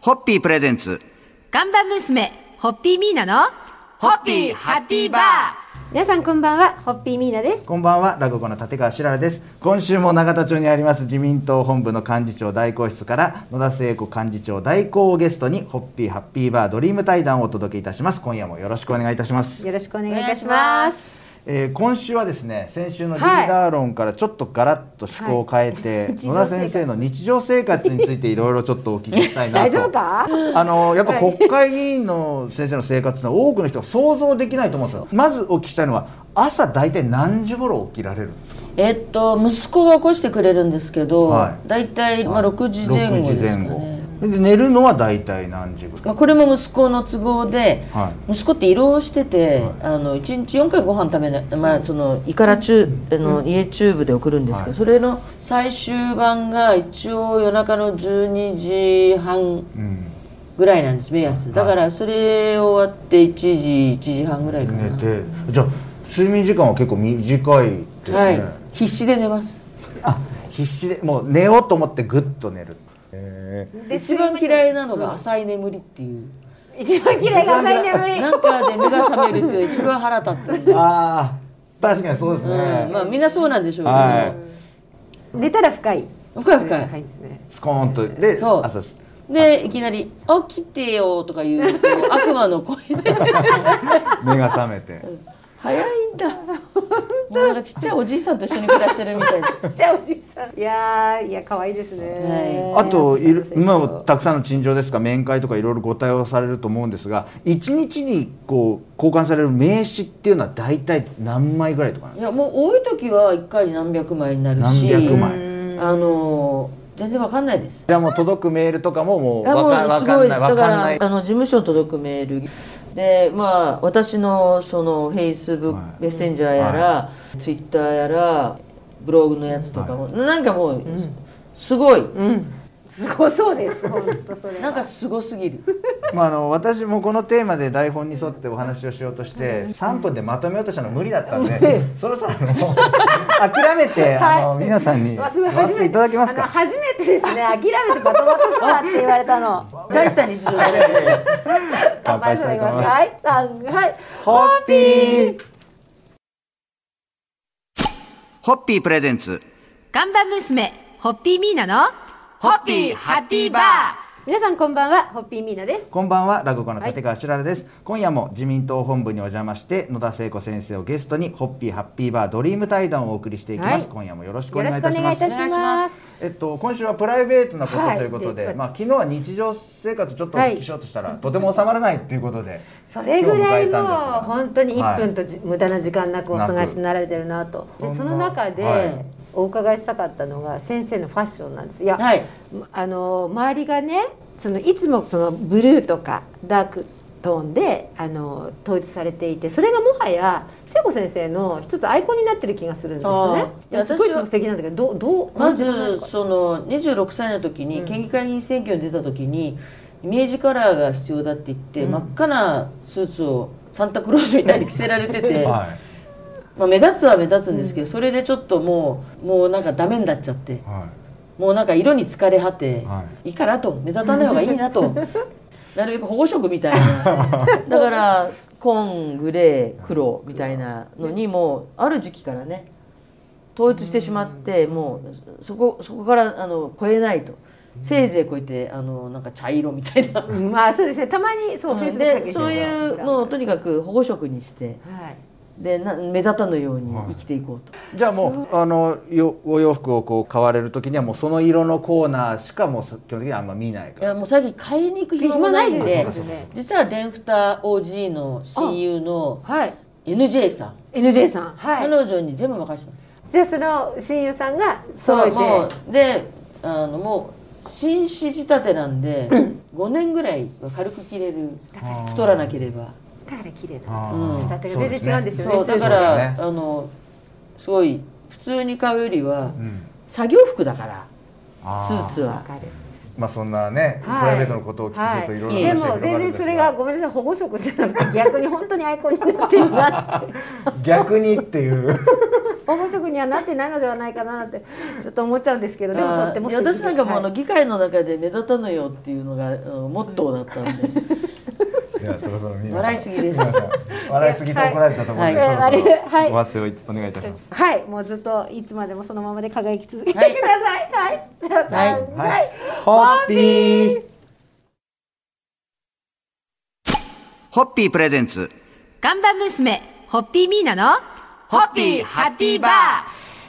ホッピープレゼンツ。ガンバ娘、ホッピーミーナの、ホッピーハッピーバー皆さんこんばんはホッピーミーナですこんばんは、落語家の立川しららです。今週も永田町にあります自民党本部の幹事長代行室から野田聖子幹事長代行をゲストにホッピーハッピーバードリーム対談をお届けいたします。今夜もよろしくお願いいたします。よろしくお願いいたしますえー今週はですね、先週のリーダー論からちょっとガラッと趣向を変えて、 はい野田先生の日常生活についていろいろちょっとお聞きしたいなと。大丈夫かあのやっぱ国会議員の先生の生活の多くの人が想像できないと思うんですよ。まずお聞きしたいのは朝大体何時頃起きられるんですか。えっと息子が起こしてくれるんですけど、はいだいたいまあ6時前後ですか6ね。時前後で寝るのは大体何時ぐらい。まあこれも息子の都合で、は息子って胃ろうしてて、あの1日4回ご飯食べない、まあ、その胃からチューあの家チューブで送るんですけど、それの最終版が一応夜中の12時半うん。ぐらいなんです目安だからそれ終わって1時1時半ぐらいかな、寝てじゃあ睡眠時間は結構短いですね。はい必死で寝ますあ必死でもう寝ようと思ってぐっと寝る。一番嫌いなのが浅い眠りっていう。 一番嫌いが浅い眠りなんかで目が覚めるって一番腹立つ、 うんああ確かにそうです ね。まあみんなそうなんでしょうけど、はい。 寝たら深い深い深いスコーンとでそう朝すでいきなり「起きてよ」とか言うこう悪魔の声で目が覚めて。早いんだもうなんかちっちゃいおじいさんと一緒に暮らしてるみたいなちっちゃいおじいさんいやーいや可愛いですね、あといろ今ももたくさんの陳情ですとか面会とかいろいろご対応されると思うんですが1日にこう交換される名刺っていうのは大体何枚ぐらいとかなんでいすやもう多い時は1回に何百枚になるし何百枚あの全然わかんないですかじゃあもう届くメールとかももうわあかもうわすかごんいなでいすわだかかんないらあの事務所に届くメールでまあ私のそのフェイスブはッいクメッセンジャーやら、ツイッターやらブログのやつとかも、なんかもう、すごい、すごそうです本当それなんかすごすぎるまあ、あの私もこのテーマで台本に沿ってお話をしようとして3分でまとめようとしたの無理だったんでそろそろあの諦めてあの皆さん にわすごい回初してめいただけますあのか。初めてですね諦めてバトバトすなって言われたの大したにするわけ 乾杯したいと思います 乾はいさんはいホッピーホッピープレゼンツ。ガンバ娘、ホッピーミーナの、ホッピーハッピーバー皆さんこんばんはホッピーミーナですこんばんは、落語家の立川しららです、今夜も自民党本部にお邪魔して、野田聖子先生をゲストに、ホッピーハッピーバードリーム対談をお送りしていきます。はい今夜もよろしくおよ願ろいしいくおたし願まいいたす。しますえっと、今週はプライベートなことはいということで、でまあ、昨日は日常生活ちょっとお聞きしようとしたら、とても収まらないということで。それぐらい今日迎もうえたんですが本当に1分はいとじ、無駄な時間なくお過ごしになられてるなとなくでその中はでいお伺いしたかったのが先生のファッションなんですいや、はいあの周りがねそのいつもそのブルーとかダークトーンであの統一されていてそれがもはや聖子先生の一つアイコンになってる気がするんですあーねいやすごい私いつはも素敵なんだけどどうどうまこの時間なんずですかその26歳の時に県議会議員選挙に出た時にイメージカラーが必要だって言って、真っ赤なスーツをサンタクロースみたいに着せられて はて、い。まあ、目立つは目立つんですけど、それでちょっともうもうなんかダメになっちゃってはもうなんか色に疲れ果て、、はいいかなと目立たない方がいい なとなるべく保護色みたいなだから紺グレー黒みたいなのにもうある時期からね統一してしまってもうそこそこからあの超えないとせいぜい超えてあのなんか茶色みたいな。うんまあそうですねたまにそうフェイスブックだけでそういうもうとにかく保護色にしてはいでな目立たぬように生きていこうと。い。じゃあもうあのよお洋服をこう買われる時にはもうその色のコーナーしかもう基本的にはあんま見ないいからやもう最近買いに行く暇も暇なないいんでですよね実はデンフタ OG の親友のはい NJ さん、 NJ さんはい彼女に全部任せてますじゃあその親友さんが揃えてもうであのもう紳士仕立てなんで5年ぐらいは軽く着れる太らなければだから綺麗なあうーん仕立てが全然違うんですよねそうだかそうらですねあのすごい普通に買うよりはうん作業服だからスーツあわはかるーまあそんなね、プライベートのことをお聞きするといろいろでな話が広もが全るん然ですそれががごめんなさい保護色じゃなくて逆に本当にアイコンになってるなって 逆にっていう応募職にはなってないのではないかなってちょっと思っちゃうんですけどでもとってもいや私なんかもうあはのい議会の中で目立たぬよっていうのがあのモットーだったん でではそろそろみんな笑いすぎです皆さん笑いすぎて怒られたと思うので、はいそろそろはいお忘れをお願いいたしますはいもうずっといつまでもそのままで輝き続けてくださいはいではさんはいホッピーホッピープレゼンツガンバ娘、ホッピーミーナのホッピーハッピーバー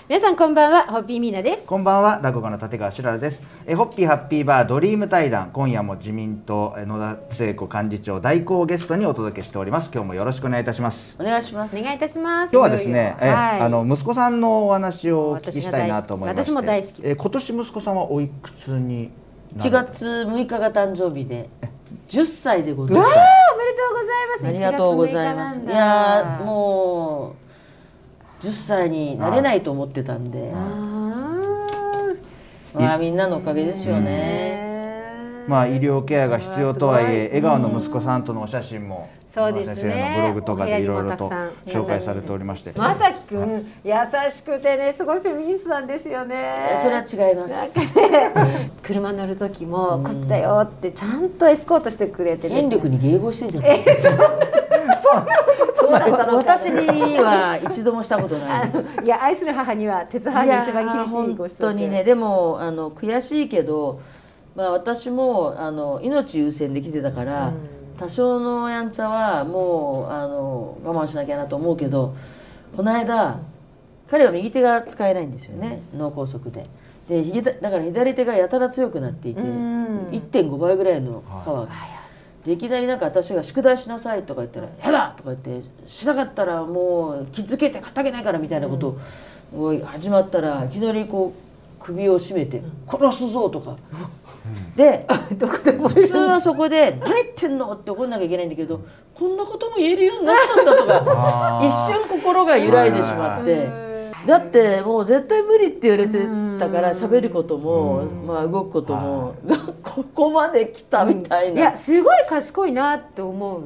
皆さんこんばんはホッピーミーナですこんばんは、落語家の立川しららです。え、ホッピーハッピーバードリーム対談、今夜も自民党え野田聖子幹事長代行をゲストにお届けしております。今日もよろしくお願いいたします。お願いしますお願いいたします今日はですね、いよいえよはいあの息子さんのお話をお聞きしたいなと思いまして私が大好き私も大好きえ今年息子さんはおいくつにな1る月6日が誕生日で10歳でございわまあすおめでとうございますありがとうございます1い月6日なんやだーもう10歳になれないと思ってたんであまあみんなのおかげですよーねへーまあ医療ケアが必要とはいえすごい笑顔の息子さんとのお写真も、そうですね野田先生のブログとかでいろいろおと部屋にもたくさん紹介されておりまして、まさきくん優しくてねすごいフェミニストなんですよねそれは違います車乗る時もこっちだよってちゃんとエスコートしてくれてです権ね力に迎合してんじゃないですかそうだったのか 私には一度もしたことないですいや愛する母には鉄母に一番厳しやーいご本質当にねでもあの悔しいけど、まあ、私もあの命優先できてたから、多少のやんちゃはもうあの我慢しなきゃなと思うけどこの間彼は右手が使えないんですよね、脳梗塞で。でひげだだから左手がやたら強くなっていて、1.5倍ぐらいのパワーが。でいきなりなんか私が「宿題しなさい」とか言ったら「やだ!」とか言って「しなかったらもう気づけて買ってあげないから」みたいなことを始まったらいきなりこう首を絞めて「殺すぞ!」とか。 で普通はそこで「何言ってんの!」って怒んなきゃいけないんだけどこんなことも言えるようになったんだとかあー一瞬心が揺らいでしまって。だってもう絶対無理って言われてたから喋ることも、まあ、動くことも ここまで来たみたいいなやすごい賢いなって思う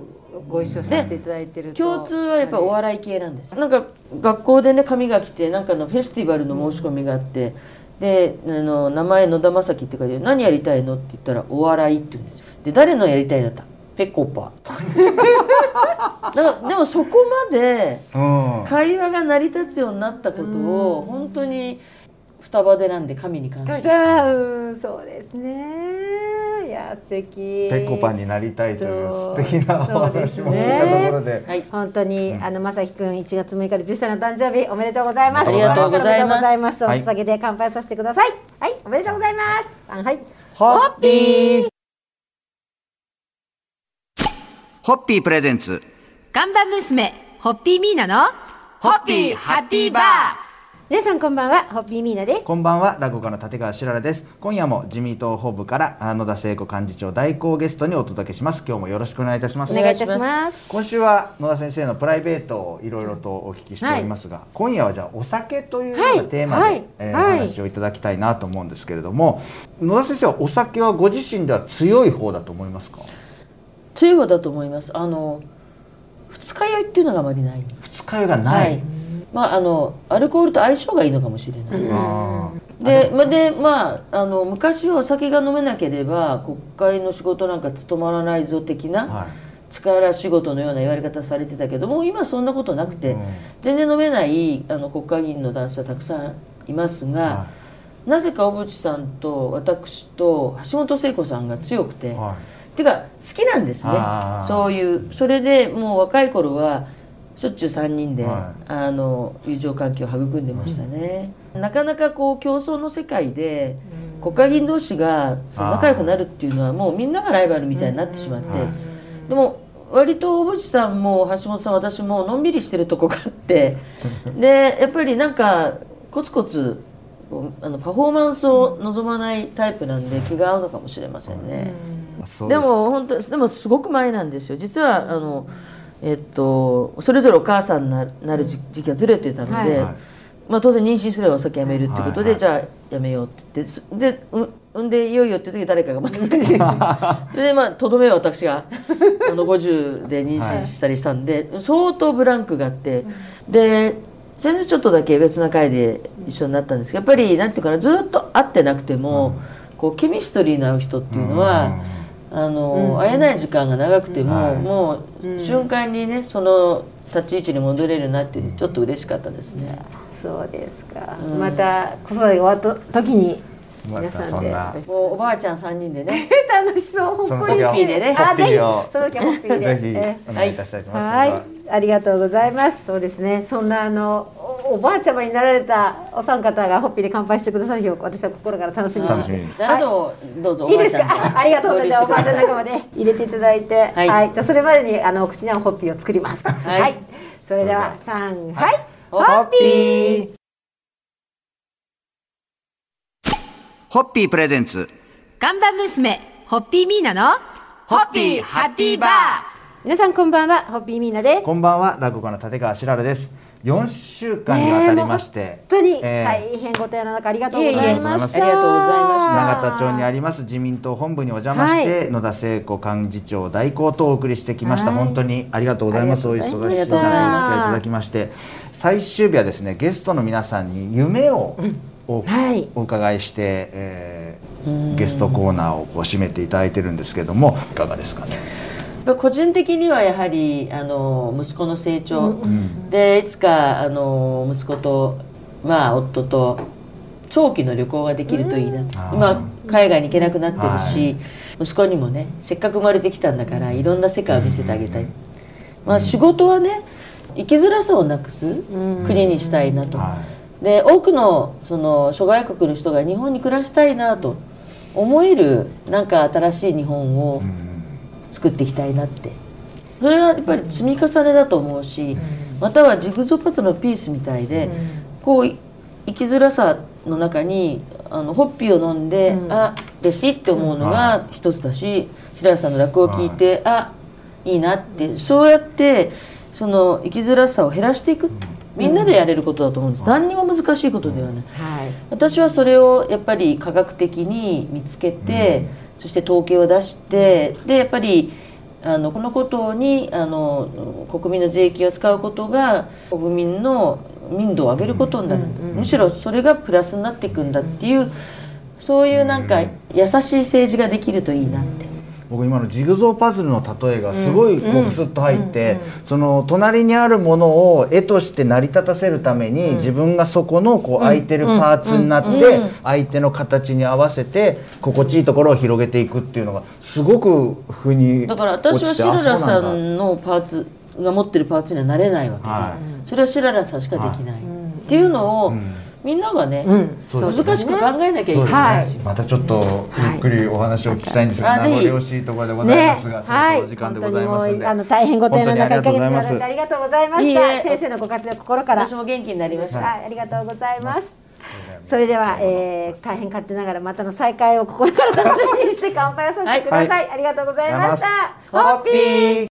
ご一緒させていただいてると共通はやっぱお笑い系なんですなんか学校でね紙が来てなんかのフェスティバルの申し込みがあって、であの名前野田正樹って書いて「何やりたいの?」って言ったら「お笑い」って言うんですよで誰のやりたいのだったペコパなんかでもそこまでうん、会話が成り立つようになったことを本当に双葉でなんで神に感じてあうんそうですねいや素敵ペコパンになりたいという素敵なおそうで話すも聞いたところで。ねはい本当に、あのまさひくん1月6日で10歳の誕生日おめでとうございますありがとうございまおめでとすうございますおはい捧げで乾杯させてくださいはい、おめでとうございますあはいホッピーホッピープレゼンツガンバ娘、ホッピーミーナのホッピーハッピーバー皆さんこんばんはホッピーミーナですこんばんは、落語家の立川しららです。今夜も自民党本部からあ野田聖子幹事長代行ゲストにお届けします。今日もよろしくお願いいたします。お願いいたします今週は野田先生のプライベートをいろいろとお聞きしておりますが、今夜はじゃあお酒というようなテーマで、はいえーはいお話をいただきたいなと思うんですけれども、野田先生はお酒はご自身では強い方だと思いますか強い方だと思いますあの二日酔いっていうのがあまりない二日酔いがない、まああのアルコールと相性がいいのかもしれない、あでまあでまああの昔はお酒が飲めなければ国会の仕事なんか務まらないぞ的な、ーはい力仕事のような言われ方されてたけどもう今はそんなことなくて、うん全然飲めないあの国会議員の男性はたくさんいますが、はなぜか小渕さんと私と橋本聖子さんが強くて、はていうか好きなんですねあーそういうそれでもう若い頃はしょっちゅう3人で、はあの友情関係を育んでましたね、なかなかこう競争の世界で国会議員同士がそのあー仲良くなるっていうのはもうみんながライバルみたいになってしまって、うんはいでも割と小渕さんも橋本さんも私ものんびりしてるとこがあって でやっぱりなんかコツコツこうあのパフォーマンスを望まないタイプなんで気が合うのかもしれませんね。いそうですも本当でもすごく前なんですよ実はあの、えっと、それぞれお母さんにななる時時期がずれてたので、はいはいまあ、当然妊娠すればお酒やめるってことはいで、はいじゃあやめようって言ってそでう産んでいよいよって時に誰かがまた妊娠それでまあとどめを私があの50で妊娠したりしたんで、相当ブランクがあってで先日ちょっとだけ別な回で一緒になったんですけどやっぱりなんていうかなずっと会ってなくても、こうケミストリーの合う人っていうのは、あの会えない時間が長くても、はいもう瞬間にねその立ち位置に戻れるなっていうのちょっと嬉しかったですね。そうですか、また子育てが終わった時にま皆たさそんんでなもうおばあちゃん三人でね楽しそうほっこりその時はしてほあっぴぜりひをその時はほっぴり でぜえひお願いいたしたいと思います。はい、ありがとうございます。そうですね。そんなあのおおばあちゃまになられたお三方がホッピーで乾杯してくださる日を私は心から楽しみに楽し。してみ になるほどどうぞいいおばであすちかゃん。あありがとうございます。じゃあおばあちゃんの中まで入れていただいて、は、はいいじゃあそれまでにあのお口にはホッピーを作ります。はいい、それでは三はい、ホはいッピー。ホッピープレゼンツガンバ娘、ホッピーミーナのホッピーハッピーバー皆さんこんばんは、ホッピーミーナです。こ本んばんは、落語家の立川しららです。4週間にわたりまして、当にえー大変ご提案の中ありがとうございました。いえいえありがとうございま永田町にあります自民党本部にお邪魔して、は野田聖子幹事長代行とお送りしてきました、はい本当にありがとうございますお忙しい中おあ付き合いいりがとうございましたただきまして最終日はですねゲストの皆さんに夢をお,、はいお伺いして、えーゲストコーナーをこう締めていただいてるんですけどもいかがですかね 個人的にはやはりあの息子の成長、でいつかあの息子と、まあ、夫と長期の旅行ができるといいなと、あー今海外に行けなくなってるし、息子にもねせっかく生まれてきたんだからいろんな世界を見せてあげたい、まあ、仕事はね生きづらさをなくす国にしたいなと。はで多くのその諸外国の人が日本に暮らしたいなと思えるなんか新しい日本い、をうん作っていきたいなってそれはやっぱり積み重ねだと思うし、またはジグゾーパズルのピースみたいで、こうい生きづらさの中にあのホッピーを飲んで、あ嬉しいって思うのが一つだし、白石さんの落語を聞いて、あいいなってそうやってその生きづらさを減らしていく、みんなでやれることだと思うんです、何にも難しいことではない。はい。私はそれをやっぱり科学的に見つけて、そして統計を出してでやっぱりあのこのことにあの国民の税金を使うことが国民の民度を上げることになる、むしろそれがプラスになっていくんだっていう、そういうなんか優しい政治ができるといいなって。僕今のジグゾーパズルの例えがすごいこうふすっと入って、その隣にあるものを絵として成り立たせるために、自分がそこのこう空いてるパーツになって、相手の形に合わせて心地いいところを広げていくっていうのがすごく腑にだから私はシララさんのパーツが持ってるパーツにはなれないわけで、はそれはシララさんしかできない、っていうのを、んみんながね、そうですね難しく考えなきゃいけそうですねない、またちょっとゆっくりお話を聞きたいんですが、はい名残惜しいところでございますが、ねそろそはろいお時間でございますんで、本当にもうあの大変ご提案の中本1当ヶに月ありがとうございにますわたりありがとうございましいいえた先生のご活躍心から私も元気になりました、はいありがとうございますそれでは、えー、大変勝手ながらまたの再会を心から楽しみにして乾杯をさせてください、ありがとうございましたホッピー